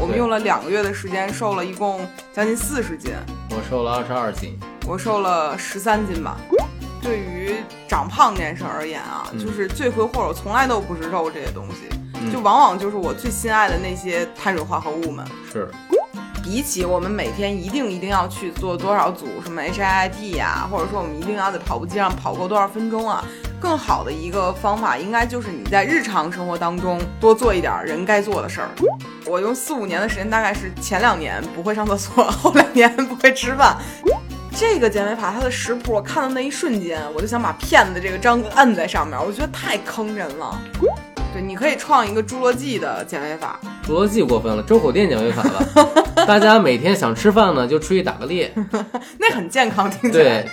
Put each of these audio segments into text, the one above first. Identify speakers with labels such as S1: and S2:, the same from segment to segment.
S1: 我们用了两个月的时间，瘦了一共将近四十斤，
S2: 我瘦了二十二斤，
S1: 我瘦了十三斤吧。对于长胖这件事而言啊，
S2: 嗯
S1: 就是罪魁祸首从来都不是肉这些东西，
S2: 嗯
S1: 就往往就是我最心爱的那些碳水化合物们。
S2: 是
S1: 比起我们每天一定一定要去做多少组什么 HIIT 呀、或者说我们一定要在跑步机上跑够多少分钟啊，更好的一个方法应该就是你在日常生活当中多做一点人该做的事儿。我用四五年的时间，大概是前两年不会上厕所，后两年不会吃饭。这个减肥法它的食谱，我看到那一瞬间，我就想把骗子这个章摁在上面，我觉得太坑人了。对，你可以创一个侏罗纪的减肥法，
S2: 侏罗纪过分了，周口店减肥法了。大家每天想吃饭呢，就出去打个猎。
S1: 那很健康，听起来
S2: 对。，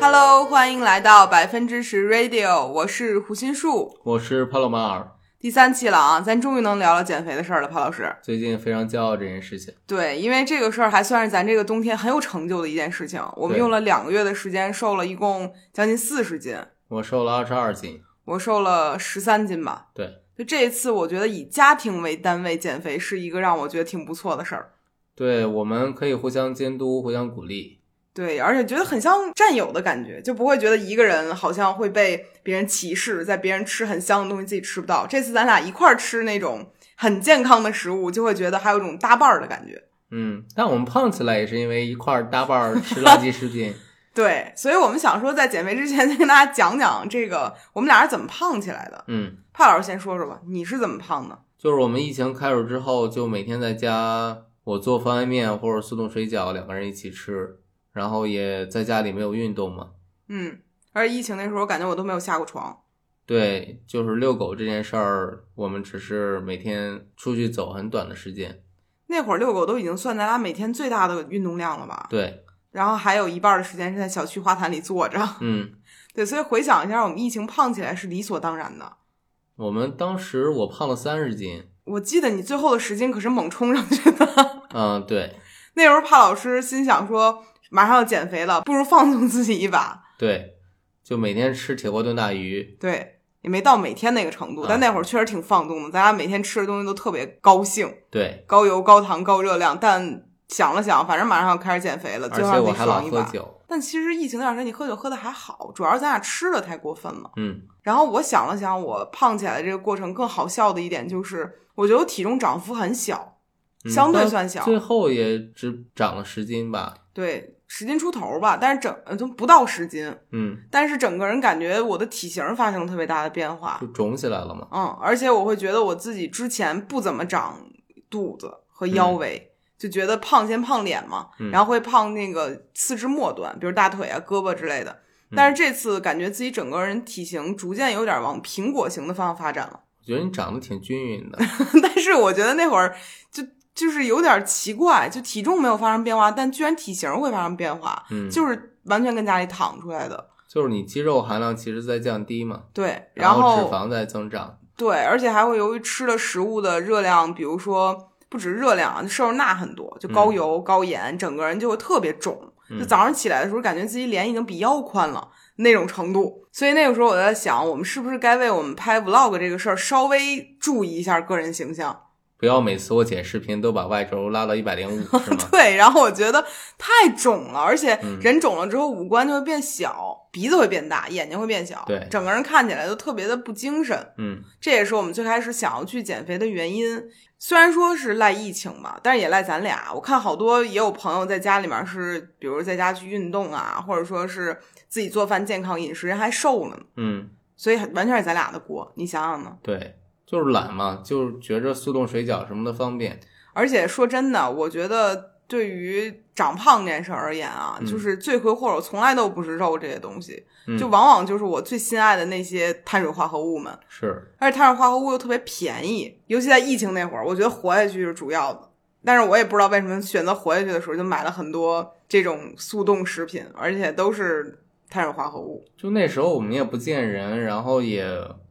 S1: Hello，欢迎来到百分之十 Radio，我是胡心树。
S2: 我是帕洛马尔，
S1: 第三期了啊，咱终于能聊聊减肥的事儿了，潘老师。
S2: 最近非常骄傲这件事情。
S1: 对，因为这个事儿还算是咱这个冬天很有成就的一件事情。我们
S2: 对
S1: 用了两个月的时间，瘦了一共将近四十斤，
S2: 我瘦了二十二斤，
S1: 我瘦了十三斤吧。
S2: 对
S1: 就这一次，我觉得以家庭为单位减肥是一个让我觉得挺不错的事儿。
S2: 对，我们可以互相监督，互相鼓励。
S1: 对，而且觉得很像战友的感觉，就不会觉得一个人好像会被别人歧视，在别人吃很香的东西自己吃不到。这次咱俩一块儿吃那种很健康的食物，就会觉得还有一种搭伴儿的感觉。
S2: 嗯，但我们胖起来也是因为一块儿搭伴儿吃垃圾食品。
S1: 对，所以我们想说，在减肥之前，先跟大家讲讲这个我们俩是怎么胖起来的。
S2: 嗯，
S1: 帕老师先说说吧，你是怎么胖的？
S2: 就是我们疫情开始之后，就每天在家我做方便面或者速冻水饺，两个人一起吃，然后也在家里没有运动嘛。
S1: 嗯，而疫情那时候，我感觉我都没有下过床。
S2: 对，就是遛狗这件事儿，我们只是每天出去走很短的时间。
S1: 那会儿遛狗都已经算咱俩每天最大的运动量了吧？
S2: 对，
S1: 然后还有一半儿的时间是在小区花坛里坐着。
S2: 嗯，
S1: 对，所以回想一下，我们疫情胖起来是理所当然的。
S2: 我们当时我胖了三十斤，
S1: 我记得你最后的十斤可是猛冲上去的。
S2: 嗯，对
S1: 那时候怕老师心想说，马上要减肥了，不如放纵自己一把。
S2: 对，就每天吃铁锅炖大鱼，
S1: 对，也没到每天那个程度，
S2: 啊
S1: 但那会儿确实挺放纵的。咱俩每天吃的东西都特别高兴，
S2: 对，
S1: 高油、高糖、高热量。但想了想，反正马上要开始减肥了，
S2: 而
S1: 呃最后让
S2: 且
S1: 自
S2: 我
S1: 己
S2: 还老
S1: 爽一
S2: 喝
S1: 把。
S2: 酒，
S1: 但其实疫情那段时间你喝酒喝的还好，主要是咱俩吃的太过分了。
S2: 嗯，
S1: 然后我想了想，我胖起来的这个过程更好笑的一点就是，我觉得我体重涨幅很小，
S2: 嗯
S1: 相对
S2: 到
S1: 算小
S2: 最后也只长了十斤吧，
S1: 对，十斤出头吧，但是整呃都不到十斤，
S2: 嗯，
S1: 但是整个人感觉我的体型发生了特别大的变化
S2: 就，肿起来了嘛，
S1: 嗯，而且我会觉得我自己之前不怎么长肚子和腰围。就觉得胖先胖脸嘛，
S2: 嗯
S1: 然后会胖那个四肢末端，比如大腿啊、胳膊之类的。
S2: 嗯
S1: 但是这次感觉自己整个人体型逐渐有点往苹果型的方向发展了。
S2: 我觉得你长得挺均匀的，
S1: 但是我觉得那会儿就就是有点奇怪，就体重没有发生变化，但居然体型会发生变化，
S2: 嗯，
S1: 就是是完全跟家里躺出来的。
S2: 就是你肌肉含量其实在降低嘛，
S1: 对，
S2: 然
S1: 然
S2: 后脂
S1: 后
S2: 肪在增长，
S1: 对，而且还会由于吃的食物的热量，比如说不止热量啊，就摄入钠很多，就高
S2: 嗯
S1: 油、高盐，整个人就会特别肿。就
S2: 嗯
S1: 早上起来的时候，感觉自己脸已经比腰宽了那种程度。所以那个时候我在想，我们是不是该为我们拍 vlog 这个事儿稍微注意一下个人形象？
S2: 不要每次我剪视频都把外轴拉到一百零五，是 吗？
S1: 对，然后我觉得太肿了，而且
S2: 嗯
S1: 人肿了之后五官就会变小，鼻子会变大，眼睛会变小，
S2: 对
S1: 整个人看起来就特别的不精神。
S2: 嗯，
S1: 这也是我们最开始想要去减肥的原因。虽然说是赖疫情吧，但是也赖咱俩。我看好多也有朋友在家里面是，比如在家去运动啊，或者说是自己做饭健康饮食，人还瘦了呢。
S2: 嗯，
S1: 所以完全是咱俩的锅，你想想呢？
S2: 对，就是懒嘛，就是觉着速冻水饺什么的方便。
S1: 而且说真的，我觉得对于长胖这件事儿而言啊，
S2: 嗯
S1: 就是罪魁祸首从来都不是肉这些东西，
S2: 嗯
S1: 就往往就是我最心爱的那些碳水化合物们。
S2: 是，
S1: 而且碳水化合物又特别便宜，尤其在疫情那会儿，我觉得活下去是主要的。但是我也不知道为什么选择活下去的时候就买了很多这种速冻食品，而且都是碳水化合物。
S2: 就那时候我们也不见人，然后也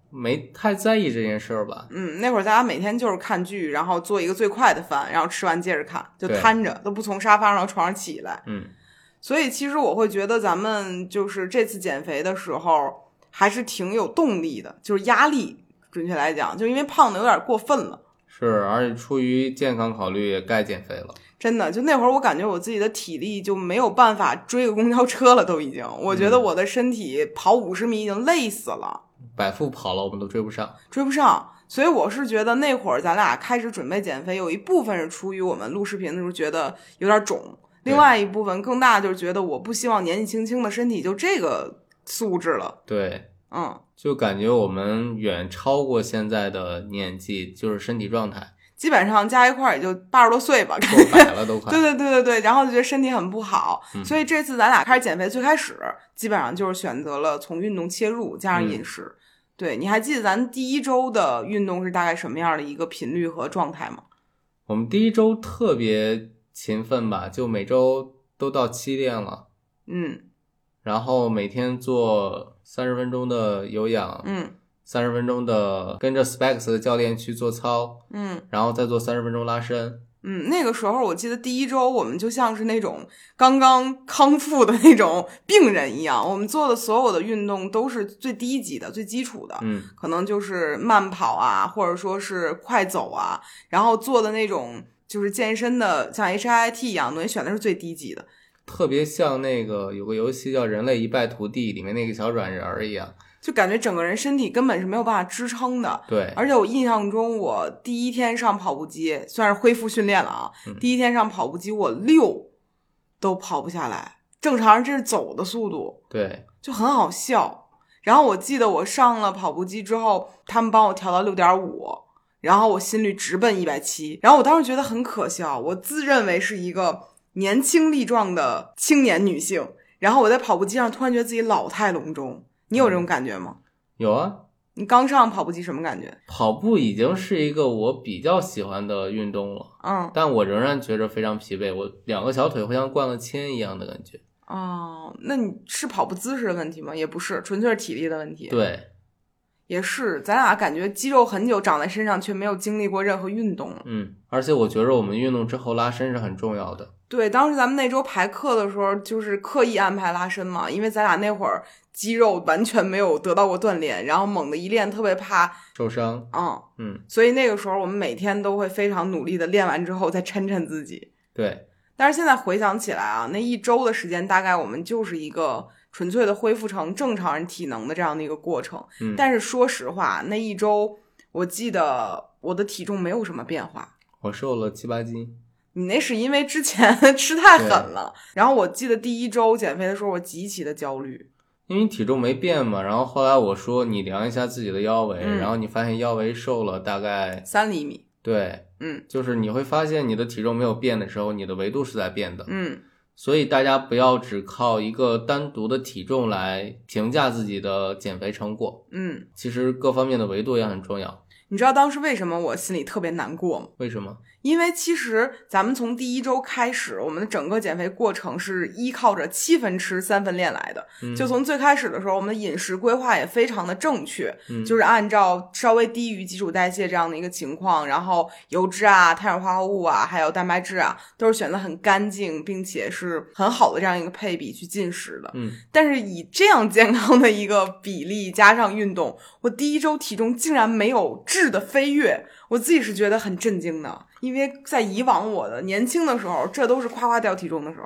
S2: 没太在意这件事儿吧。
S1: 嗯，那会儿大家每天就是看剧，然后做一个最快的饭，然后吃完接着看，就
S2: 对
S1: 瘫着，都不从沙发上、床上起来。
S2: 嗯，
S1: 所以其实我会觉得咱们就是这次减肥的时候还是挺有动力的，就是压力，准确来讲，就因为胖的有点过分了。
S2: 是，而且出于健康考虑，也该减肥了。
S1: 真的，就那会儿，我感觉我自己的体力就没有办法追个公交车了，都已经。我觉得我的身体跑五十米已经累死了，
S2: 百富跑了，我们都追不上。
S1: 追不上。所以我是觉得那会儿咱俩开始准备减肥，有一部分是出于我们录视频的时候觉得有点肿，另外一部分更大就是觉得我不希望年纪轻轻的身体就这个素质了。
S2: 对，
S1: 嗯，
S2: 就感觉我们远超过现在的年纪，就是身体状态
S1: 基本上加一块儿也就八十多岁吧，
S2: 过百了都快
S1: 对。对对对对，然后就觉得身体很不好，
S2: 嗯
S1: 所以这次咱俩开始减肥，最开始基本上就是选择了从运动切入，加上
S2: 嗯
S1: 饮食。对，你还记得咱第一周的运动是大概什么样的一个频率和状态吗？
S2: 我们第一周特别勤奋吧，就每周都到七练了，
S1: 嗯
S2: 然后每天做三十分钟的有氧，
S1: 嗯
S2: 三十分钟的跟着 Specs 的教练去做操，
S1: 嗯
S2: 然后再做三十分钟拉伸。
S1: 嗯，那个时候我记得第一周我们就像是那种刚刚康复的那种病人一样，我们做的所有的运动都是最低级的、最基础的。
S2: 嗯，
S1: 可能就是慢跑啊，或者说是快走啊，然后做的那种就是健身的，像 H I T 一样东西，选的是最低级的。
S2: 特别像那个有个游戏叫《人类一败涂地》里面那个小软人儿一样。
S1: 就感觉整个人身体根本是没有办法支撑的，
S2: 对，
S1: 而且我印象中，我第一天上跑步机算是恢复训练了啊，
S2: 嗯
S1: 第一天上跑步机我六都跑不下来，正常人这是走的速度，
S2: 对，
S1: 就很好笑。然后我记得我上了跑步机之后，他们帮我调到六点五，然后我心率直奔一百七。然后我当时觉得很可笑，我自认为是一个年轻力壮的青年女性，然后我在跑步机上突然觉得自己老态龙钟。你有这种感觉吗？
S2: 有啊，
S1: 你刚上跑步机什么感觉？
S2: 跑步已经是一个我比较喜欢的运动了，
S1: 嗯
S2: 但我仍然觉着非常疲惫，我两个小腿会像灌了铅一样的感觉。
S1: 哦，那你是跑步姿势的问题吗？也不是，纯粹是体力的问题。，
S2: 对，
S1: 也是，咱俩感觉肌肉很久长在身上，却没有经历过任何运动了。
S2: 嗯，而且我觉着我们运动之后拉伸是很重要的。
S1: 对，当时咱们那周排课的时候，就是刻意安排拉伸嘛，因为咱俩那会儿肌肉完全没有得到过锻炼，然后猛的一练特别怕，
S2: 受伤，
S1: 嗯，
S2: 嗯，
S1: 所以那个时候我们每天都会非常努力的练完之后再抻抻自己。
S2: 对，
S1: 但是现在回想起来啊，那一周的时间，大概我们就是一个纯粹的恢复成正常人体能的这样的一个过程。
S2: 嗯，
S1: 但是说实话，那一周我记得我的体重没有什么变化，
S2: 我瘦了七八斤。
S1: 你那是因为之前 吃太狠
S2: 对
S1: 了。然后我记得第一周减肥的时候，我极其的焦虑。
S2: 因为体重没变嘛，然后后来我说你量一下自己的腰围，
S1: 嗯
S2: 然后你发现腰围瘦了大概
S1: 三厘米，
S2: 对，
S1: 嗯
S2: 就是你会发现你的体重没有变的时候，你的维度是在变的，
S1: 嗯，
S2: 所以大家不要只靠一个单独的体重来评价自己的减肥成果，
S1: 嗯，
S2: 其实各方面的维度也很重要。
S1: 你知道当时为什么我心里特别难过吗？
S2: 为什么？
S1: 因为其实咱们从第一周开始，我们的整个减肥过程是依靠着七分吃三分练来的。
S2: 嗯、
S1: 就从最开始的时候，我们的饮食规划也非常的正确，
S2: 嗯
S1: 就是按照稍微低于基础代谢这样的一个情况，然后油脂啊、碳水化合物啊，还有蛋白质啊，都是选择很干净并且是很好的这样一个配比去进食的。
S2: 嗯，
S1: 但是以这样健康的一个比例加上运动，我第一周体重竟然没有质的飞跃，我自己是觉得很震惊的，因为在以往我的年轻的时候，这都是夸夸掉体重的时候。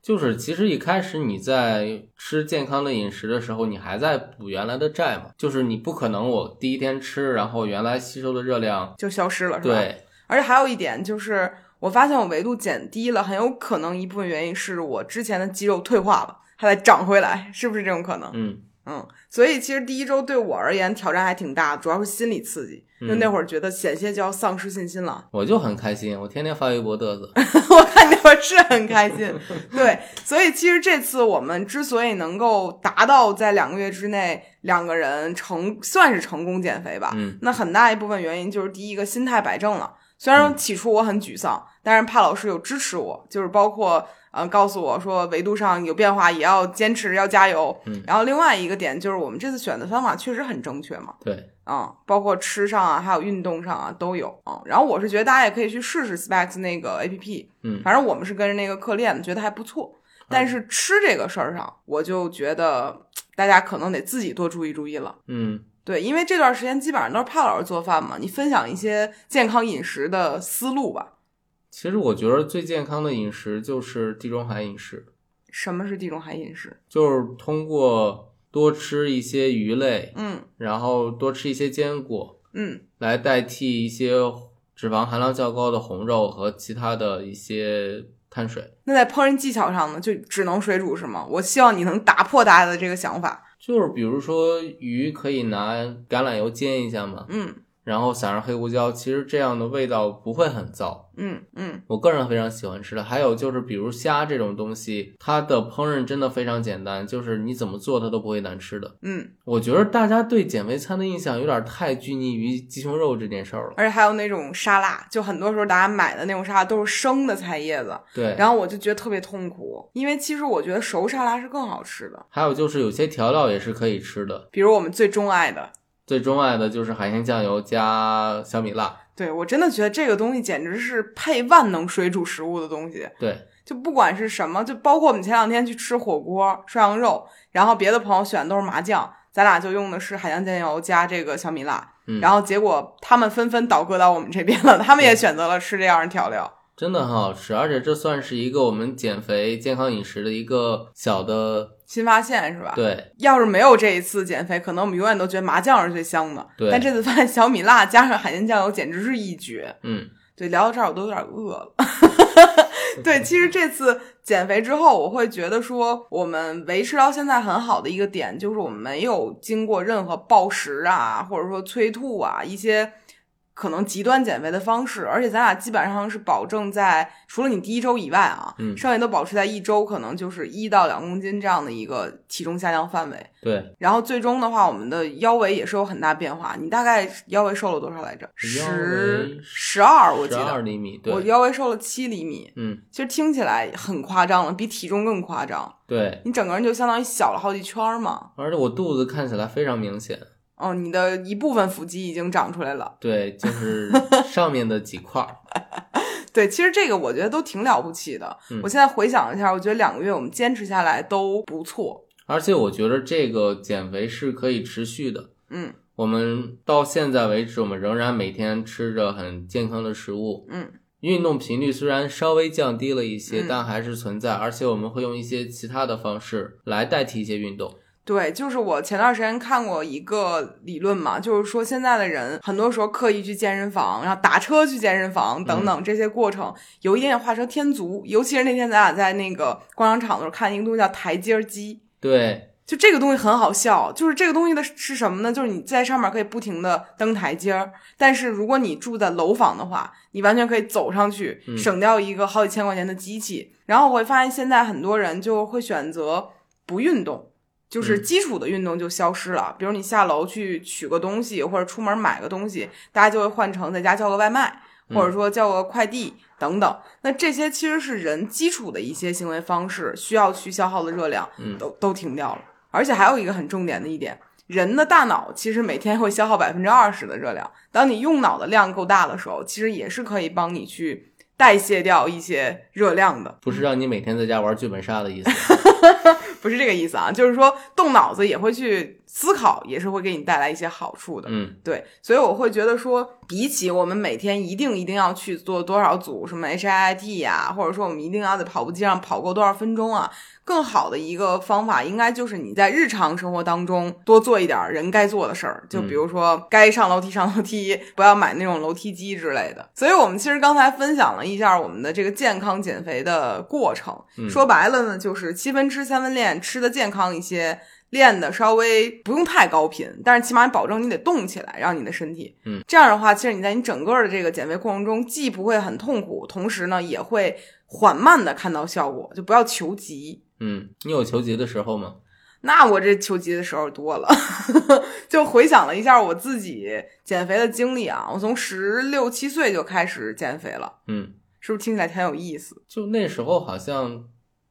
S2: 就是其实一开始你在吃健康的饮食的时候，你还在补原来的债嘛，就是你不可能我第一天吃，然后原来吸收的热量，
S1: 就消失了，是吧？
S2: 对，
S1: 而且还有一点就是，我发现我维度减低了，很有可能一部分原因是我之前的肌肉退化了，它再长回来，是不是这种可能？
S2: 嗯，
S1: 嗯，所以其实第一周对我而言挑战还挺大，主要是心理刺激，因为那会儿觉得险些就要丧失信心了。
S2: 我就很开心，我天天发微博嘚瑟，
S1: 我看那会儿是很开心，对，所以其实这次我们之所以能够达到在两个月之内两个人成算是成功减肥吧，
S2: 嗯，
S1: 那很大一部分原因就是第一个心态摆正了。虽
S2: 嗯
S1: 然说起初我很沮丧，但是帕老师有支持我，就是包括呃告诉我说维度上有变化也要坚持要加油。
S2: 嗯
S1: 然后另外一个点就是我们这次选的方法确实很正确嘛，
S2: 对，
S1: 嗯，包括吃上啊，还有运动上啊都有。嗯，然后我是觉得大家也可以去试试 Specs 那个 APP，
S2: 嗯，
S1: 反正我们是跟着那个课练的，觉得还不错。但是吃这个事儿上，我就觉得大家可能得自己多注意注意了。
S2: 嗯，
S1: 对，因为这段时间基本上都是帕老师做饭嘛，你分享一些健康饮食的思路吧。
S2: 其实我觉得最健康的饮食就是地中海饮食，
S1: 什么是地中海饮食？
S2: 就是通过多吃一些鱼类，
S1: 嗯
S2: 然后多吃一些坚果，
S1: 嗯
S2: 来代替一些脂肪含量较高的红肉和其他的一些碳水。
S1: 那在烹饪技巧上呢，就只能水煮是吗？我希望你能打破大家的这个想法。
S2: 就是比如说鱼可以拿橄榄油煎一下嘛，
S1: 嗯
S2: 然后撒上黑胡椒，其实这样的味道不会很燥。
S1: 嗯嗯
S2: 我个人非常喜欢吃的，还有就是比如虾这种东西，它的烹饪真的非常简单，就是你怎么做它都不会难吃的。
S1: 嗯，
S2: 我觉得大家对减肥餐的印象有点太拘泥于鸡胸肉这件事儿了。
S1: 而且还有那种沙拉，就很多时候大家买的那种沙拉都是生的菜叶子，
S2: 对，
S1: 然后我就觉得特别痛苦，因为其实我觉得熟沙拉是更好吃的，
S2: 还有就是有些调料也是可以吃的，
S1: 比如我们最钟爱的。
S2: 最钟爱的就是海鲜酱油加小米辣。
S1: 对我真的觉得这个东西简直是配万能水煮食物的东西，
S2: 对，
S1: 就不管是什么，就包括我们前两天去吃火锅涮羊肉，然后别的朋友选的都是麻酱，咱俩就用的是海洋酱油加这个小米辣，
S2: 嗯
S1: 然后结果他们纷纷倒戈到我们这边了，他们也
S2: 对
S1: 选择了吃这样的调料。
S2: 真的很好吃，而且这算是一个我们减肥健康饮食的一个小的
S1: 新发现是吧？，
S2: 对
S1: 要是没有这一次减肥，可能我们永远都觉得麻酱是最香的。
S2: 对
S1: 但这次发现小米辣加上海鲜酱油简直是一绝。
S2: 嗯
S1: 对，聊到这儿我都有点饿了。对，其实这次减肥之后，我会觉得说，我们维持到现在很好的一个点，就是我们没有经过任何暴食啊，或者说催吐啊，一些可能极端减肥的方式。而且咱俩基本上是保证在除了你第一周以外啊，
S2: 嗯
S1: 剩下都保持在一周可能就是一到两公斤这样的一个体重下降范围。
S2: 对
S1: 然后最终的话，我们的腰围也是有很大变化。你大概腰围瘦了多少来着？
S2: 腰
S1: 十
S2: 围
S1: 十二，我记
S2: 十二
S1: 得。
S2: 厘米，
S1: 我
S2: 对，
S1: 腰围瘦了七厘米，
S2: 嗯
S1: 其实听起来很夸张了，比体重更夸张。
S2: 对，
S1: 你整个人就相当于小了好几圈儿嘛。
S2: 而且我肚子看起来非常明显，
S1: 哦，你的一部分腹肌已经长出来了。
S2: 对，就是上面的几块儿，
S1: 对，其实这个我觉得都挺了不起的。
S2: 嗯
S1: 我现在回想一下，我觉得两个月我们坚持下来都不错。
S2: 而且我觉得这个减肥是可以持续的。
S1: 嗯
S2: 我们到现在为止，我们仍然每天吃着很健康的食物，
S1: 嗯
S2: 运动频率虽然稍微降低了一些，
S1: 嗯
S2: 但还是存在，而且我们会用一些其他的方式来代替一些运动。
S1: 对，就是我前段时间看过一个理论嘛，就是说现在的人很多时候刻意去健身房，然后打车去健身房等等这些过程，有一点点画蛇添足。尤其是那天咱俩在那个广场场的时候看一个东西叫台阶儿机，
S2: 对
S1: 就这个东西很好笑，就是这个东西的是什么呢？就是你在上面可以不停的登台阶儿，但是如果你住在楼房的话，你完全可以走上去，
S2: 嗯
S1: 省掉一个好几千块钱的机器。然后我会发现，现在很多人就会选择不运动，就是
S2: 嗯
S1: 基础的运动就消失了。比如你下楼去取个东西，或者出门买个东西，大家就会换成在家叫个外卖，
S2: 嗯
S1: 或者说叫个快递等等。那这些其实是人基础的一些行为方式需要去消耗的热量，
S2: 嗯
S1: 都都停掉了。而且还有一个很重点的一点，人的大脑其实每天会消耗百分之二十的热量。当你用脑的量够大的时候，其实也是可以帮你去代谢掉一些热量的。
S2: 不是让你每天在家玩剧本杀的 意思。
S1: 不是这个意思啊，就是说动脑子也会去思考，也是会给你带来一些好处的。
S2: 嗯，
S1: 对，所以我会觉得说，比起我们每天一定一定要去做多少组什么 HIIT 呀、或者说我们一定要在跑步机上跑够多少分钟啊，更好的一个方法应该就是你在日常生活当中多做一点儿人该做的事儿，就比如说该上楼梯上楼梯，不要买那种楼梯机之类的。所以我们其实刚才分享了一下我们的这个健康减肥的过程，
S2: 嗯
S1: 说白了呢，就是七分吃三分练，吃的健康一些。练的稍微不用太高频，但是起码你保证你得动起来，让你的身体，
S2: 嗯，
S1: 这样的话，其实你在你整个的这个减肥过程中，既不会很痛苦，同时呢，也会缓慢的看到效果，就不要求急。
S2: 嗯，你有求急的时候吗？
S1: 那我这求急的时候多了， 就回想了一下我自己减肥的经历啊，我从十六七岁就开始减肥了，
S2: 嗯，
S1: 是不是听起来挺有意思？
S2: 就那时候好像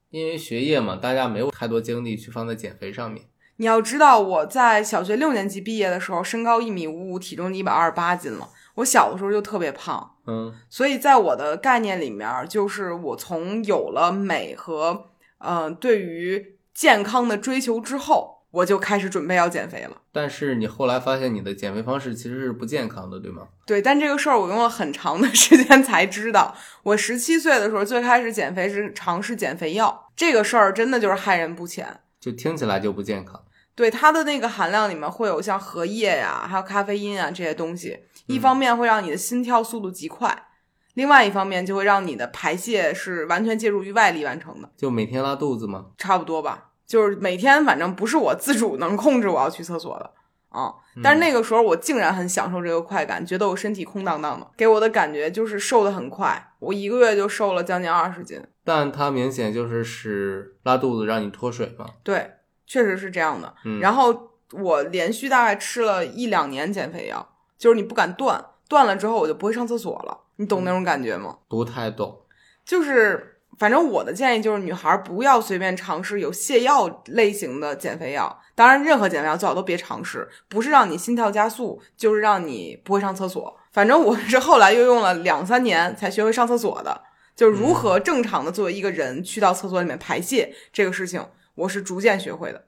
S2: 因为学业嘛，大家没有太多精力去放在减肥上面。
S1: 你要知道，我在小学六年级毕业的时候，身高一米五五，体重一百二十八斤了。我小的时候就特别胖，
S2: 嗯
S1: 所以在我的概念里面，就是我从有了美和嗯、对于健康的追求之后，我就开始准备要减肥了。
S2: 但是你后来发现你的减肥方式其实是不健康的，对吗？
S1: 对，但这个事儿我用了很长的时间才知道。我十七岁的时候最开始减肥是尝试减肥药，这个事儿真的就是害人不浅。
S2: 就听起来就不健康。
S1: 对它的那个含量里面会有像荷叶呀、还有咖啡因啊这些东西，一
S2: 嗯
S1: 方面会让你的心跳速度极快，另外一方面就会让你的排泄是完全借助于外力完成的，
S2: 就每天拉肚子吗？
S1: 差不多吧。就是每天反正不是我自主能控制我要去厕所的啊、
S2: 嗯
S1: 但是那个时候我竟然很享受这个快感，觉得我身体空荡荡的，给我的感觉就是瘦的很快，我一个月就瘦了将近二十斤。
S2: 但它明显就是使拉肚子让你脱水嘛。
S1: 对，确实是这样的。
S2: 嗯，
S1: 然后我连续大概吃了一两年减肥药，就是你不敢断，断了之后我就不会上厕所了，你懂
S2: 嗯
S1: 那种感觉吗？
S2: 不太懂。
S1: 就是反正我的建议就是，女孩不要随便尝试有泻药类型的减肥药，当然任何减肥药最好都别尝试，不是让你心跳加速，就是让你不会上厕所。反正我是后来又用了两三年才学会上厕所的，就是如何正常的作为一个人去到厕所里面排泄这个事情，我是逐渐学会的。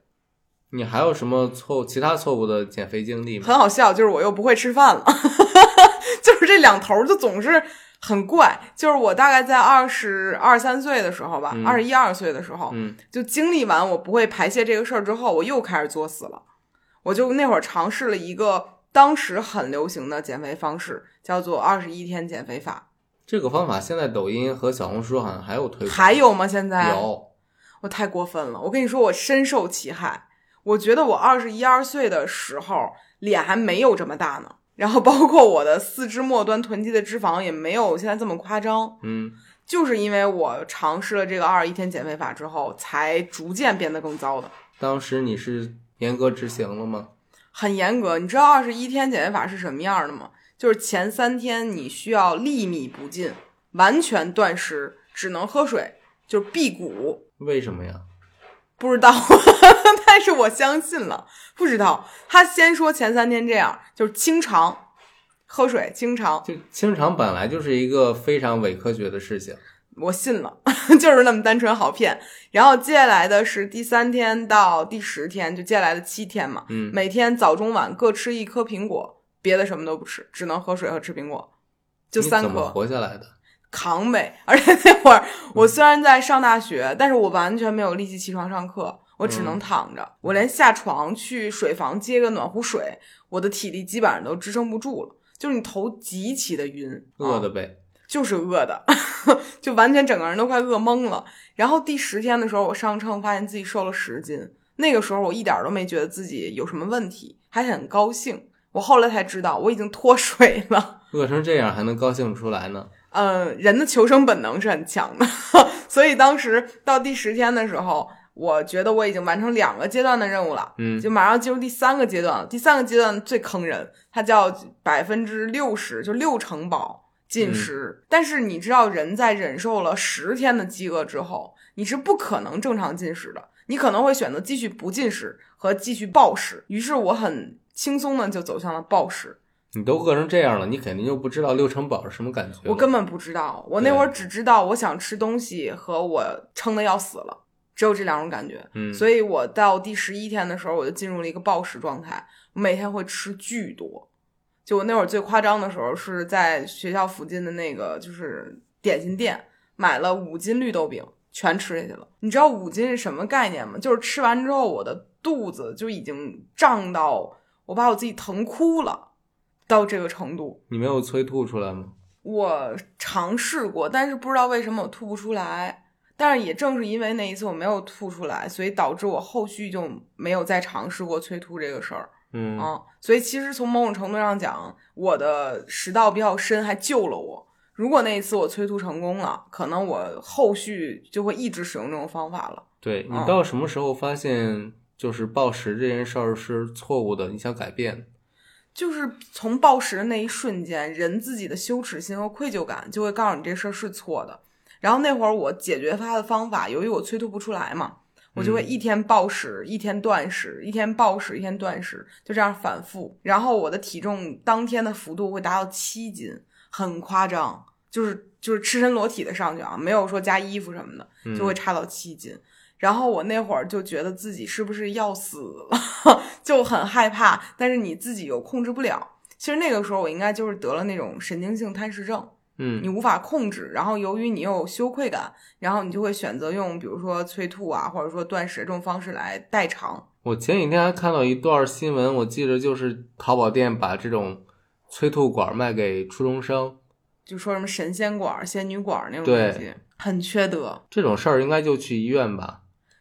S2: 你还有什么错误其他错误的减肥经历吗？
S1: 很好笑，就是我又不会吃饭了， 就是这两头儿就总是很怪。就是我大概在二十二三岁的时候吧
S2: 嗯，
S1: 二十一二岁的时候，
S2: 嗯，
S1: 就经历完我不会排泄这个事儿之后，我又开始作死了。我就那会儿尝试了一个当时很流行的减肥方式，叫做二十一天减肥法。
S2: 这个方法现在抖音和小红书好像还有推广。
S1: 还有吗？现在
S2: 有，
S1: 我太过分了！我跟你说，我深受其害。我觉得我二十一二岁的时候，脸还没有这么大呢，然后包括我的四肢末端囤积的脂肪也没有现在这么夸张，
S2: 嗯，
S1: 就是因为我尝试了这个二十一天减肥法之后，才逐渐变得更糟的，
S2: 当时你是严格执行了吗？
S1: 很严格。你知道二十一天减肥法是什么样的吗？就是前三天你需要粒米不进，完全断食，只能喝水，就是辟谷，
S2: 为什么呀？
S1: 不知道， 但是我相信了。不知道，他先说前三天这样，就是清肠，喝水清肠，
S2: 就清肠本来就是一个非常伪科学的事情。
S1: 我信了， 就是那么单纯好骗。然后接下来的是第三天到第十天，就接下来的七天嘛，
S2: 嗯，
S1: 每天早中晚各吃一颗苹果，别的什么都不吃，只能喝水和吃苹果，就
S2: 你
S1: 三哦
S2: 怎么
S1: 颗
S2: 活下来的？
S1: 扛呗。而且那会儿我虽然在上大学，但是我完全没有力气起床上课，我只能躺着，我连下床去水房接个暖壶水，我的体力基本上都支撑不住了，就是你头极其的晕，
S2: 饿的
S1: 啊
S2: 呗。
S1: 就是饿的， 就完全整个人都快饿懵了。然后第十天的时候，我上秤发现自己瘦了十斤，那个时候我一点儿都没觉得自己有什么问题，还很高兴。我后来才知道，我已经脱水了。
S2: 饿成这样还能高兴出来呢？
S1: 呃，人的求生本能是很强的， 所以当时到第十天的时候，我觉得我已经完成两个阶段的任务了，
S2: 嗯，
S1: 就马上进入第三个阶段了。第三个阶段最坑人，它叫百分之六十，就六成饱进食。但是你知道，人在忍受了十天的饥饿之后，你是不可能正常进食的，你可能会选择继续不进食和继续暴食。于是我很轻松的就走向了暴食。
S2: 你都饿成这样了，你肯定就不知道六成饱是什么感觉了。
S1: 我根本不知道，我那会儿只知道我想吃东西和我撑的要死了，只有这两种感觉。
S2: 嗯，
S1: 所以我到第十一天的时候，我就进入了一个暴食状态，我每天会吃巨多。就我那会儿最夸张的时候，是在学校附近的那个就是点心店买了五斤绿豆饼，全吃下去了。你知道五斤是什么概念吗？就是吃完之后，我的肚子就已经胀到我把我自己疼哭了，到这个程度。
S2: 你没有催吐出来吗？
S1: 我尝试过，但是不知道为什么我吐不出来。但是也正是因为那一次我没有吐出来，所以导致我后续就没有再尝试过催吐这个事儿
S2: 嗯，
S1: 啊。所以其实从某种程度上讲，我的食道比较深，还救了我。如果那一次我催吐成功了，可能我后续就会一直使用这种方法了。
S2: 对你
S1: 嗯
S2: 到什么时候发现就是暴食这件事儿是错误的？你想改变？
S1: 就是从暴食的那一瞬间，人自己的羞耻心和愧疚感就会告诉你这事儿是错的。然后那会儿我解决它的方法，由于我催吐不出来嘛，我就会
S2: 嗯
S1: 一天暴食，一天断食，一天暴食，一天断食，就这样反复。然后我的体重当天的幅度会达到七斤，很夸张，就是就是赤身裸体的上去啊，没有说加衣服什么的，就会
S2: 嗯
S1: 差到七斤。然后我那会儿就觉得自己是不是要死了， 就很害怕，但是你自己又控制不了。其实那个时候我应该就是得了那种神经性贪食症，你
S2: 嗯
S1: 无法控制，然后由于你有羞愧感，然后你就会选择用比如说催吐啊，或者说断食这种方式来代偿。
S2: 我前几天还看到一段新闻，我记着就是淘宝店把这种催吐管卖给初中生，
S1: 就说什么神仙管儿、仙女管儿那种
S2: 对
S1: 东西，很缺德。
S2: 这种事儿应该就去医院吧。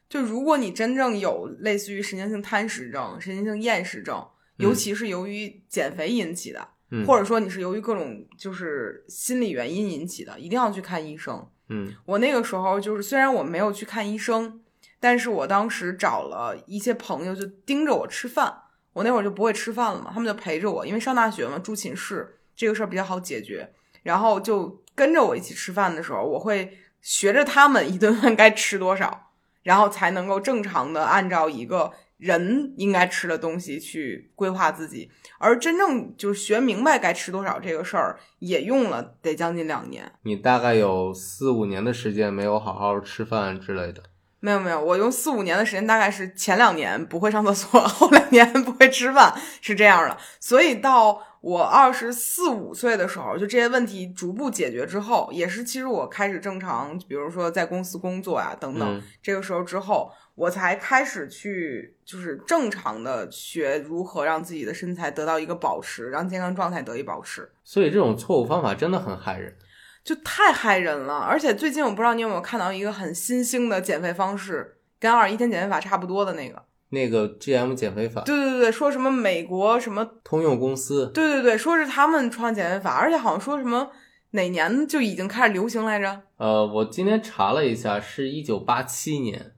S1: 就如果你真正有类似于神经性贪食症、神经性厌食症，
S2: 嗯
S1: 尤其是由于减肥引起的，
S2: 嗯，
S1: 或
S2: 者
S1: 者说你是由于各种就是心理原因引起的，一定要去看医生。
S2: 嗯
S1: 我那个时候就是虽然我没有去看医生，但是我当时找了一些朋友就盯着我吃饭，我那会儿就不会吃饭了嘛，他们就陪着我，因为上大学嘛住寝室这个事儿比较好解决，然后就跟着我一起吃饭的时候，我会学着他们一顿饭该吃多少，然后才能够正常的按照一个。人应该吃的东西去规划自己，而真正就是学明白该吃多少这个事儿，也用了得将近两年。
S2: 你大概有四五年的时间没有好好吃饭之类的。
S1: 没有没有，我用四五年的时间，大概是前两年不会上厕所，后两年不会吃饭，是这样的。所以到我二十四五岁的时候，就这些问题逐步解决之后，也是其实我开始正常，比如说在公司工作呀、等等，
S2: 嗯
S1: 这个时候之后，我才开始去就是正常的学如何让自己的身材得到一个保持，让健康状态得以保持。
S2: 所以这种错误方法真的很害人。
S1: 就太害人了。而且最近我不知道你有没有看到一个很新兴的减肥方式，跟二十一天减肥法差不多的那个。
S2: 那个 GM 减肥法，
S1: 对对对，说什么美国什么，
S2: 通用公司，
S1: 对对对，说是他们创减肥法，而且好像说什么哪年就已经开始流行来着。
S2: 呃，我今天查了一下，是一九八七年。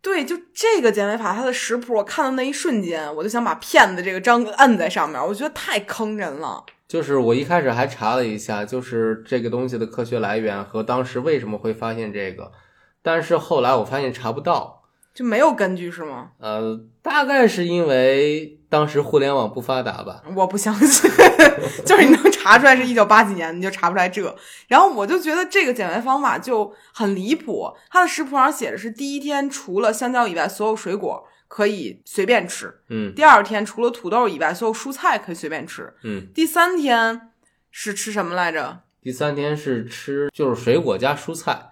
S1: 对，就这个减肥法，它的食谱我看到那一瞬间，我就想把骗子这个章摁在上面，我觉得太坑人了。
S2: 就是我一开始还查了一下，就是这个东西的科学来源和当时为什么会发现这个，但是后来我发现查不到，
S1: 就没有根据是吗？
S2: 呃，大概是因为当时互联网不发达吧。
S1: 我不相信， 就是你能查出来是一九八几年，你就查不出来这。然后我就觉得这个减肥方法就很离谱，它的食谱上写的是第一天除了香蕉以外，所有水果可以随便吃，
S2: 嗯
S1: 第二天除了土豆以外，所有蔬菜可以随便吃。
S2: 嗯，
S1: 第三天是吃什么来着？
S2: 第三天是吃就是水果加蔬菜，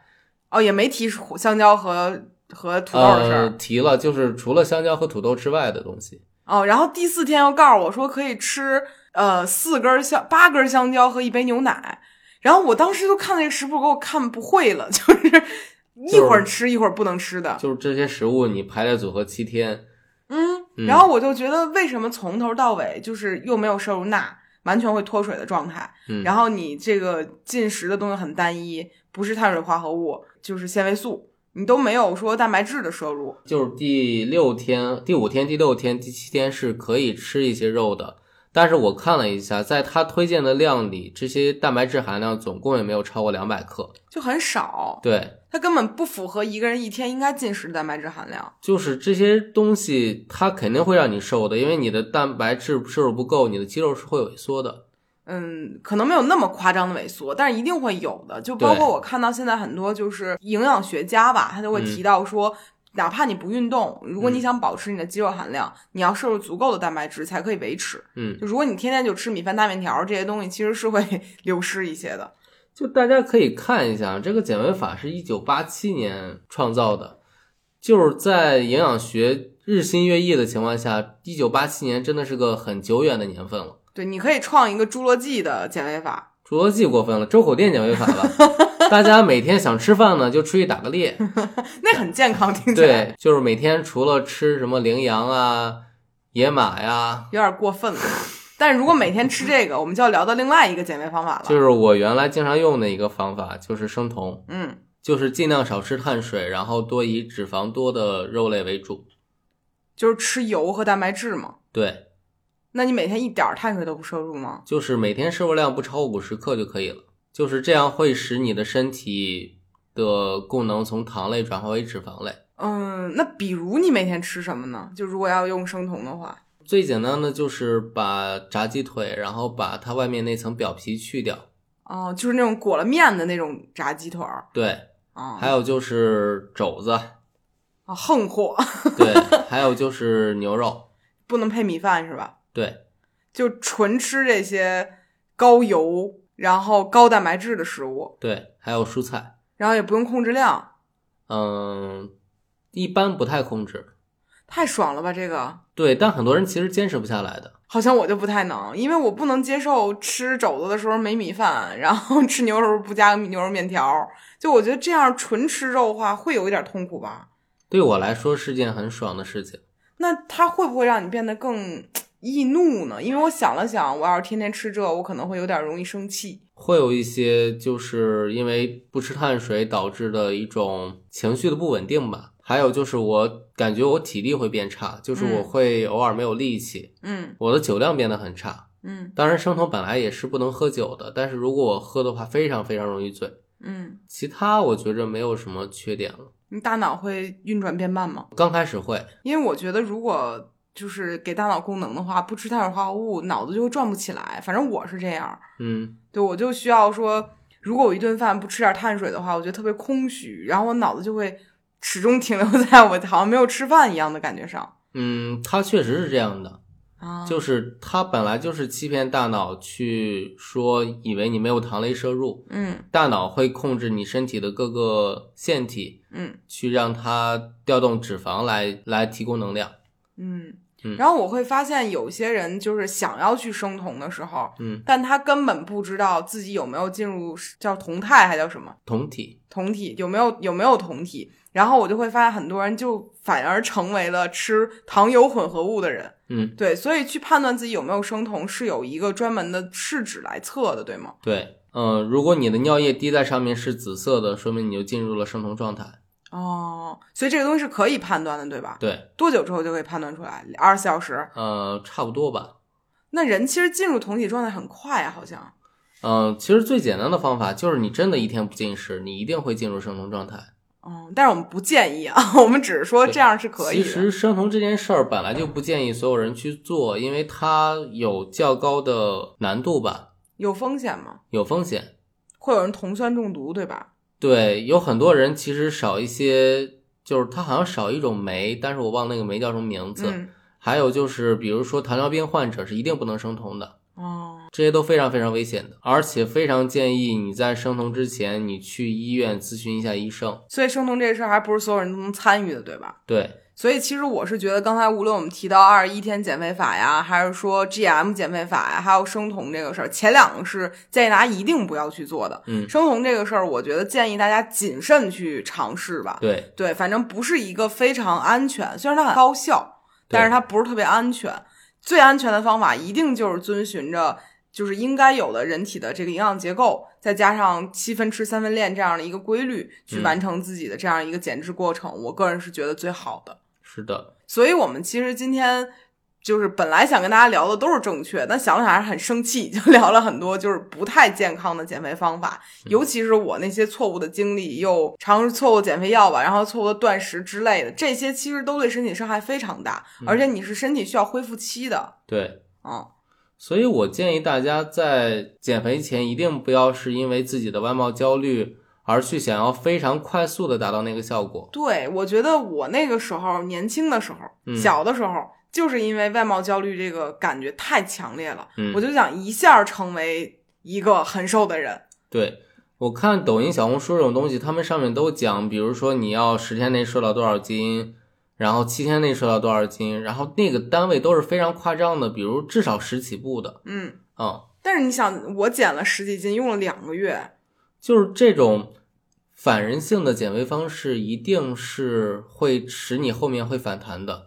S1: 哦，也没提香蕉和和土豆的事儿。
S2: 呃，提了就是除了香蕉和土豆之外的东西。
S1: 哦，然后第四天又告诉我说可以吃呃四根香八根香蕉和一杯牛奶，然后我当时就看那个食谱给我看不会了， 就是一会儿吃一会儿不能吃的，
S2: 就是这些食物你排列组合七天，
S1: 嗯，
S2: 嗯
S1: 然后我就觉得为什么从头到尾就是又没有摄入钠，完全会脱水的状态，
S2: 嗯
S1: 然后你这个进食的东西很单一，不是碳水化合物就是纤维素，你都没有说蛋白质的摄入，
S2: 就是第六天、第五天、第六天、第七天是可以吃一些肉的，但是我看了一下，在他推荐的量里，这些蛋白质含量总共也没有超过两百克。
S1: 就很少，
S2: 对，
S1: 它根本不符合一个人一天应该进食的蛋白质含量。
S2: 就是这些东西，它肯定会让你瘦的，因为你的蛋白质摄入不够，你的肌肉是会萎缩的。
S1: 嗯，可能没有那么夸张的萎缩，但是一定会有的。就包
S2: 对
S1: 括我看到现在很多就是营养学家吧，他就会
S2: 嗯
S1: 提到说，哪怕你不运动，如果你
S2: 嗯
S1: 想保持你的肌肉含量，你要摄入足够的蛋白质才可以维持。
S2: 嗯，
S1: 就如果你天天就吃米饭、大面条这些东西，其实是会 流失一些的。
S2: 就大家可以看一下，这个减肥法是一九八七年创造的，就是在营养学日新月异的情况下，一九八七年真的是个很久远的年份了。
S1: 对，你可以创一个侏罗纪的减肥法，
S2: 侏罗纪过分了，周口店减肥法吧。大家每天想吃饭呢，就出去打个猎。
S1: 那很健康，听起来
S2: 对，就是每天除了吃什么羚羊啊、野马呀，
S1: 有点过分了。啊但如果每天吃这个，我们就要聊到另外一个减肥方法了。
S2: 就是我原来经常用的一个方法，就是生酮，
S1: 嗯，
S2: 就是尽量少吃碳水，然后多以脂肪多的肉类为主。
S1: 就是吃油和蛋白质嘛。
S2: 对，
S1: 那你每天一点儿碳水都不摄入吗？
S2: 就是每天摄入量不超过五十克就可以了。就是这样会使你的身体的供能从糖类转化为脂肪类。
S1: 嗯，那比如你每天吃什么呢？就如果要用生酮的话，
S2: 最简单的就是把炸鸡腿，然后把它外面那层表皮去掉。
S1: 哦、就是那种裹了面的那种炸鸡腿儿
S2: 对，
S1: 啊，
S2: 还有就是肘子，
S1: 哦、啊，横货
S2: 对，还有就是牛肉，
S1: 不能配米饭是吧？
S2: 对
S1: 就纯吃这些高油，然后高蛋白质的食物，
S2: 对，还有蔬菜，
S1: 然后也不用控制量，
S2: 嗯，一般不太控制，
S1: 太爽了吧？这个
S2: 对，但很多人其实坚持不下来的，
S1: 好像我就不太能，因为我不能接受吃肘子的时候没米饭，然后 吃牛肉不加牛肉面条，就我觉得这样纯吃肉的话会有一点痛苦吧？
S2: 对我来说是件很爽的事情。
S1: 那它会不会让你变得更易怒呢？因为我想了想，我要是天天吃这，我可能会有点容易生气。
S2: 会有一些就是因为不吃碳水导致的一种情绪的不稳定吧。还有就是我感觉我体力会变差，就是我会偶尔没有力气，
S1: 嗯
S2: 我的酒量变得很差。
S1: 嗯
S2: 当然，生酮本来也是不能喝酒的，但是如果我喝的话，非常非常容易醉。
S1: 嗯，
S2: 其他我觉着没有什么缺点了。
S1: 你大脑会运转变慢吗？
S2: 刚开始会，
S1: 因为我觉得如果就是给大脑功能的话，不吃碳水化合物，脑子就会转不起来。反正我是这样，
S2: 嗯，
S1: 对我就需要说，如果我一顿饭不吃点碳水的话，我觉得特别空虚，然后我脑子就会始终停留在我好像没有吃饭一样的感觉上
S2: 嗯，它确实是这样的，
S1: 啊。
S2: 就是它本来就是欺骗大脑去说以为你没有糖类摄入，
S1: 嗯
S2: 大脑会控制你身体的各个腺体，
S1: 嗯
S2: 去让它调动脂肪来来提供能量。
S1: 嗯
S2: 嗯。
S1: 然后我会发现，有些人就是想要去生酮的时候，
S2: 嗯，
S1: 但他根本不知道自己有没有进入叫酮态，还叫什么？
S2: 酮体，
S1: 酮体有没有有没有酮体，然后我就会发现很多人就反而成为了吃糖油混合物的人，
S2: 嗯，
S1: 对，所以去判断自己有没有生酮是有一个专门的试纸来测的，对吗？
S2: 对，嗯、如果你的尿液滴在上面是紫色的，说明你就进入了生酮状态。
S1: 哦，所以这个东西是可以判断的，对吧？
S2: 对，
S1: 多久之后就可以判断出来？二十四小时？
S2: 呃，差不多吧。
S1: 那人其实进入酮体状态很快啊，好像。
S2: 嗯、其实最简单的方法就是你真的一天不进食，你一定会进入生酮状态。
S1: 嗯，但是我们不建议啊， 我们只是说这样是可以
S2: 其
S1: 的。
S2: 实生酮这件事儿本来就不建议所有人去做，因为它有较高的难度吧，
S1: 有风险吗？
S2: 有风险。
S1: 会有人酮酸中毒，对吧？
S2: 对，有很多人其实少一些，就是他好像少一种酶，但是我忘那个酶叫什么名字。
S1: 嗯，
S2: 还有就是，比如说糖尿病患者是一定不能生酮的，
S1: 哦，
S2: 这些都非常非常危险的，而且非常建议你在生酮之前，你去医院咨询一下医生。
S1: 所以生酮这事儿还不是所有人都能参与的，对吧？
S2: 对，
S1: 所以其实我是觉得，刚才无论我们提到二十一天减肥法呀，还是说 GM 减肥法呀，还有生酮这个事儿，前两个是建议大家一定不要去做的。
S2: 嗯，
S1: 生酮这个事儿，我觉得建议大家谨慎去尝试吧。
S2: 对，
S1: 对，反正不是一个非常安全，虽然它很高效，但是它不是特别安全。最安全的方法一定就是遵循着就是应该有的人体的这个营养结构，再加上七分吃三分练这样的一个规律，去
S2: 嗯
S1: 完成自己的这样一个减脂过程。我个人是觉得最好的。
S2: 是的，
S1: 所以我们其实今天就是本来想跟大家聊的都是正确，但想了想还是很生气， 就聊了很多就是不太健康的减肥方法，
S2: 嗯
S1: 尤其是我那些错误的经历，又尝试错误减肥药吧，然后错误的断食之类的，这些其实都对身体伤害非常大，
S2: 嗯
S1: 而且你是身体需要恢复期的，
S2: 对。
S1: 嗯
S2: 所以我建议大家在减肥前一定不要是因为自己的外貌焦虑而去想要非常快速的达到那个效果。
S1: 对，我觉得我那个时候年轻的时候，
S2: 嗯
S1: 小的时候，就是因为外貌焦虑这个感觉太强烈了，
S2: 嗯
S1: 我就想一下成为一个很瘦的人。
S2: 对我看抖音、小红书这种东西，他们上面都讲，比如说你要十天内瘦到多少斤，然后七天内瘦到多少斤，然后那个单位都是非常夸张的，比如至少十起步的，
S1: 嗯，
S2: 嗯，
S1: 但是你想，我减了十几斤，用了两个月，
S2: 就是这种反人性的减肥方式，一定是会使你后面会反弹的。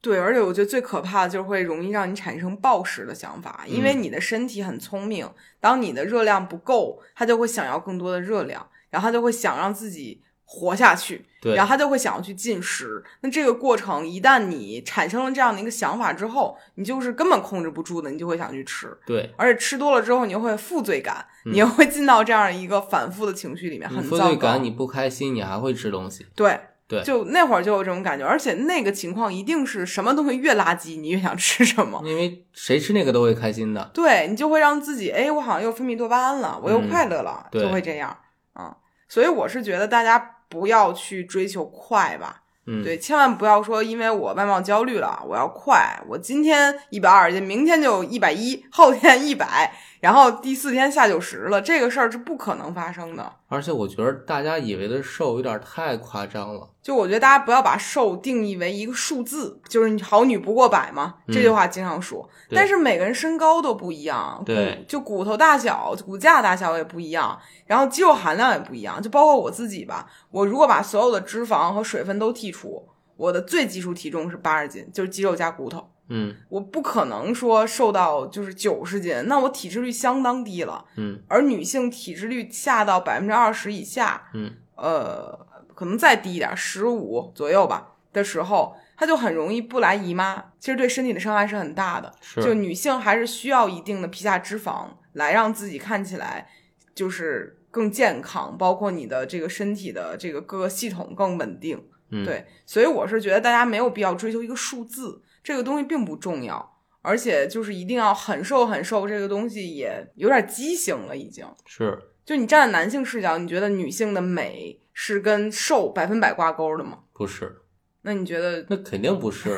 S1: 对，而且我觉得最可怕的就是会容易让你产生暴食的想法，因为你的身体很聪明，当你的热量不够，它就会想要更多的热量，然后它就会想让自己活下去，
S2: 对，
S1: 然后他就会想要去进食。那这个过程，一旦你产生了这样的一个想法之后，你就是根本控制不住的，你就会想去吃。
S2: 对，
S1: 而且吃多了之后，你又会有负罪感，你又会进到这样一个反复的情绪里面，
S2: 你
S1: 很
S2: 嗯负
S1: 糟
S2: 罪
S1: 糕。
S2: 感，你不开心，你还会吃东西。
S1: 对
S2: 对
S1: 就那会儿就有这种感觉，而且那个情况一定是什么东西越垃圾，你越想吃什么。
S2: 因为谁吃那个都会开心的。
S1: 对你就会让自己，哎，我好像又分泌多巴胺了，我又
S2: 嗯
S1: 快乐了，嗯
S2: 对
S1: 就会这样啊、所以我是觉得大家不要去追求快吧，
S2: 嗯，
S1: 对，千万不要说因为我外貌焦虑了，我要快，我今天一百二十斤，明天就一百一，后天一百，然后第四天下九十了，这个事儿是不可能发生的。
S2: 而且我觉得大家以为的瘦有点太夸张了，
S1: 就我觉得大家不要把瘦定义为一个数字，就是好女不过百嘛，这句话经常说。
S2: 嗯对
S1: 但是每个人身高都不一样，
S2: 对，
S1: 就骨头大小、骨架大小也不一样，然后肌肉含量也不一样。就包括我自己吧，我如果把所有的脂肪和水分都剔除，我的最基础体重是八十斤，就是肌肉加骨头。
S2: 嗯
S1: 我不可能说瘦到就是九十斤，那我体脂率相当低了。
S2: 嗯
S1: 而女性体脂率下到百分之二十以下，
S2: 嗯，
S1: 呃，可能再低一点，十五左右吧的时候，她就很容易不来姨妈，其实对身体的伤害是很大的。
S2: 是
S1: 就女性还是需要一定的皮下脂肪来让自己看起来就是更健康，包括你的这个身体的这个各个系统更稳定。
S2: 嗯
S1: 对，所以我是觉得大家没有必要追求一个数字，这个东西并不重要，而且就是一定要很瘦很瘦，这个东西也有点畸形了，已经。
S2: 是
S1: 就你站在男性视角，你觉得女性的美是跟瘦百分百挂钩的吗？
S2: 不是？
S1: 那你觉得，
S2: 那肯定不是，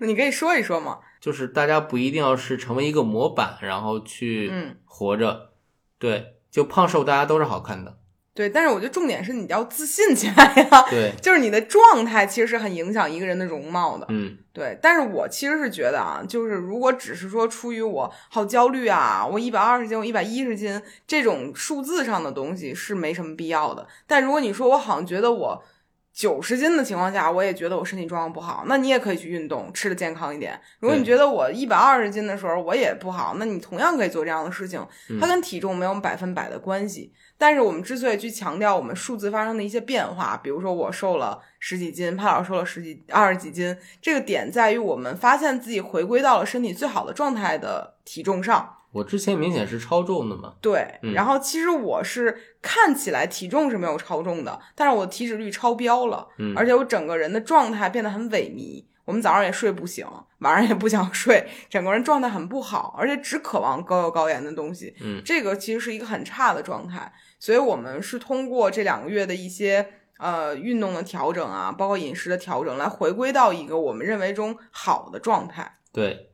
S1: 那你可以说一说吗？
S2: 就是大家不一定要是成为一个模板，然后去
S1: 嗯
S2: 活着，对，就胖瘦大家都是好看的，
S1: 对，但是我觉得重点是你要自信起来呀、
S2: 对，
S1: 就是你的状态其实是很影响一个人的容貌的。
S2: 嗯
S1: 对，但是我其实是觉得啊，就是如果只是说出于我好焦虑啊，我一百二十斤，我一百一十斤这种数字上的东西是没什么必要的。但如果你说我好像觉得我九十斤的情况下，我也觉得我身体状况不好，那你也可以去运动，吃的健康一点。如果你
S2: 对
S1: 觉得我一百二十斤的时候我也不好，那你同样可以做这样的事情。它
S2: 嗯
S1: 跟体重没有百分百的关系。但是我们之所以去强调我们数字发生的一些变化，比如说我瘦了十几斤，潘老师瘦了十几二十几斤，这个点在于我们发现自己回归到了身体最好的状态的体重上。
S2: 我之前明显是超重的嘛，
S1: 对，
S2: 嗯
S1: 然后其实我是看起来体重是没有超重的，但是我体脂率超标了，
S2: 嗯，
S1: 而且我整个人的状态变得很萎靡。我们早上也睡不醒，晚上也不想睡，整个人状态很不好，而且只渴望高油高盐的东西。
S2: 嗯
S1: 这个其实是一个很差的状态。所以我们是通过这两个月的一些呃运动的调整啊，包括饮食的调整，来回归到一个我们认为中好的状态。
S2: 对，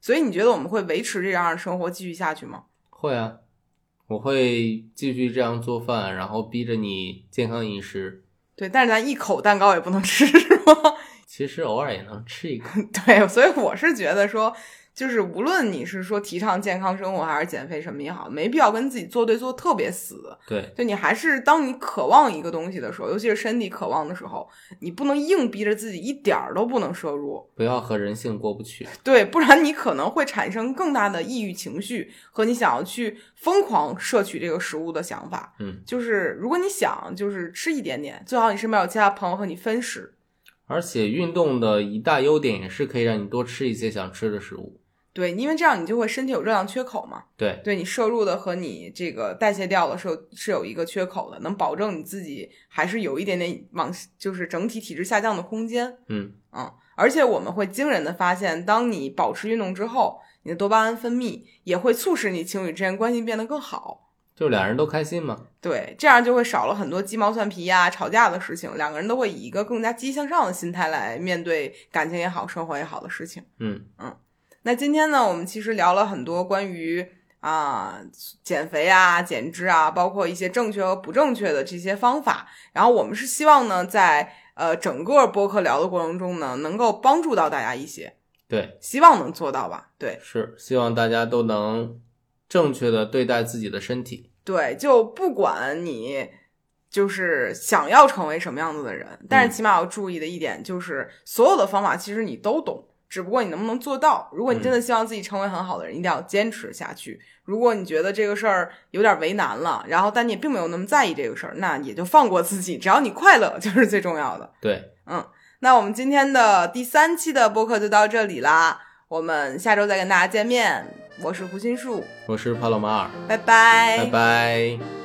S1: 所以你觉得我们会维持这样的生活继续下去吗？
S2: 会啊，我会继续这样做饭，然后逼着你健康饮食，
S1: 对，但是咱一口蛋糕也不能吃，是吗？
S2: 其实偶尔也能吃一个，
S1: 对，所以我是觉得说，就是无论你是说提倡健康生活还是减肥什么也好，没必要跟自己作对做特别死。
S2: 对，
S1: 就你还是当你渴望一个东西的时候，尤其是身体渴望的时候，你不能硬逼着自己一点儿都不能摄入。
S2: 不要和人性过不去，
S1: 对，不然你可能会产生更大的抑郁情绪和你想要去疯狂摄取这个食物的想法。
S2: 嗯，
S1: 就是如果你想就是吃一点点，最好你身边有其他朋友和你分食。
S2: 而且运动的一大优点也是可以让你多吃一些想吃的食物，
S1: 对，因为这样你就会身体有热量缺口嘛，
S2: 对，
S1: 对你摄入的和你这个代谢掉的是有是有一个缺口的，能保证你自己还是有一点点往就是整体体质下降的空间。
S2: 嗯
S1: 嗯，而且我们会惊人的发现，当你保持运动之后，你的多巴胺分泌也会促使你情侣之间关系变得更好。
S2: 就俩人都开心嘛，
S1: 对，这样就会少了很多鸡毛蒜皮呀、吵架的事情，两个人都会以一个更加积极向上的心态来面对感情也好、生活也好的事情。
S2: 嗯
S1: 那今天呢，我们其实聊了很多关于啊减肥啊、减脂啊，包括一些正确和不正确的这些方法。然后我们是希望呢，在呃整个播客聊的过程中呢，能够帮助到大家一些，
S2: 对，
S1: 希望能做到吧？对，
S2: 是希望大家都能正确的对待自己的身体，
S1: 对，就不管你就是想要成为什么样子的人，但是起码要注意的一点就是，所有的方法其实你都懂，只不过你能不能做到。如果你真的希望自己成为很好的人，一定要坚持下去。如果你觉得这个事儿有点为难了，然后但你也并没有那么在意这个事儿，那也就放过自己，只要你快乐 就是最重要的。
S2: 对，
S1: 那我们今天的第三期的播客就到这里啦，我们下周再跟大家见面。我是胡心树，
S2: 我是帕洛马尔，
S1: 拜拜，
S2: 拜拜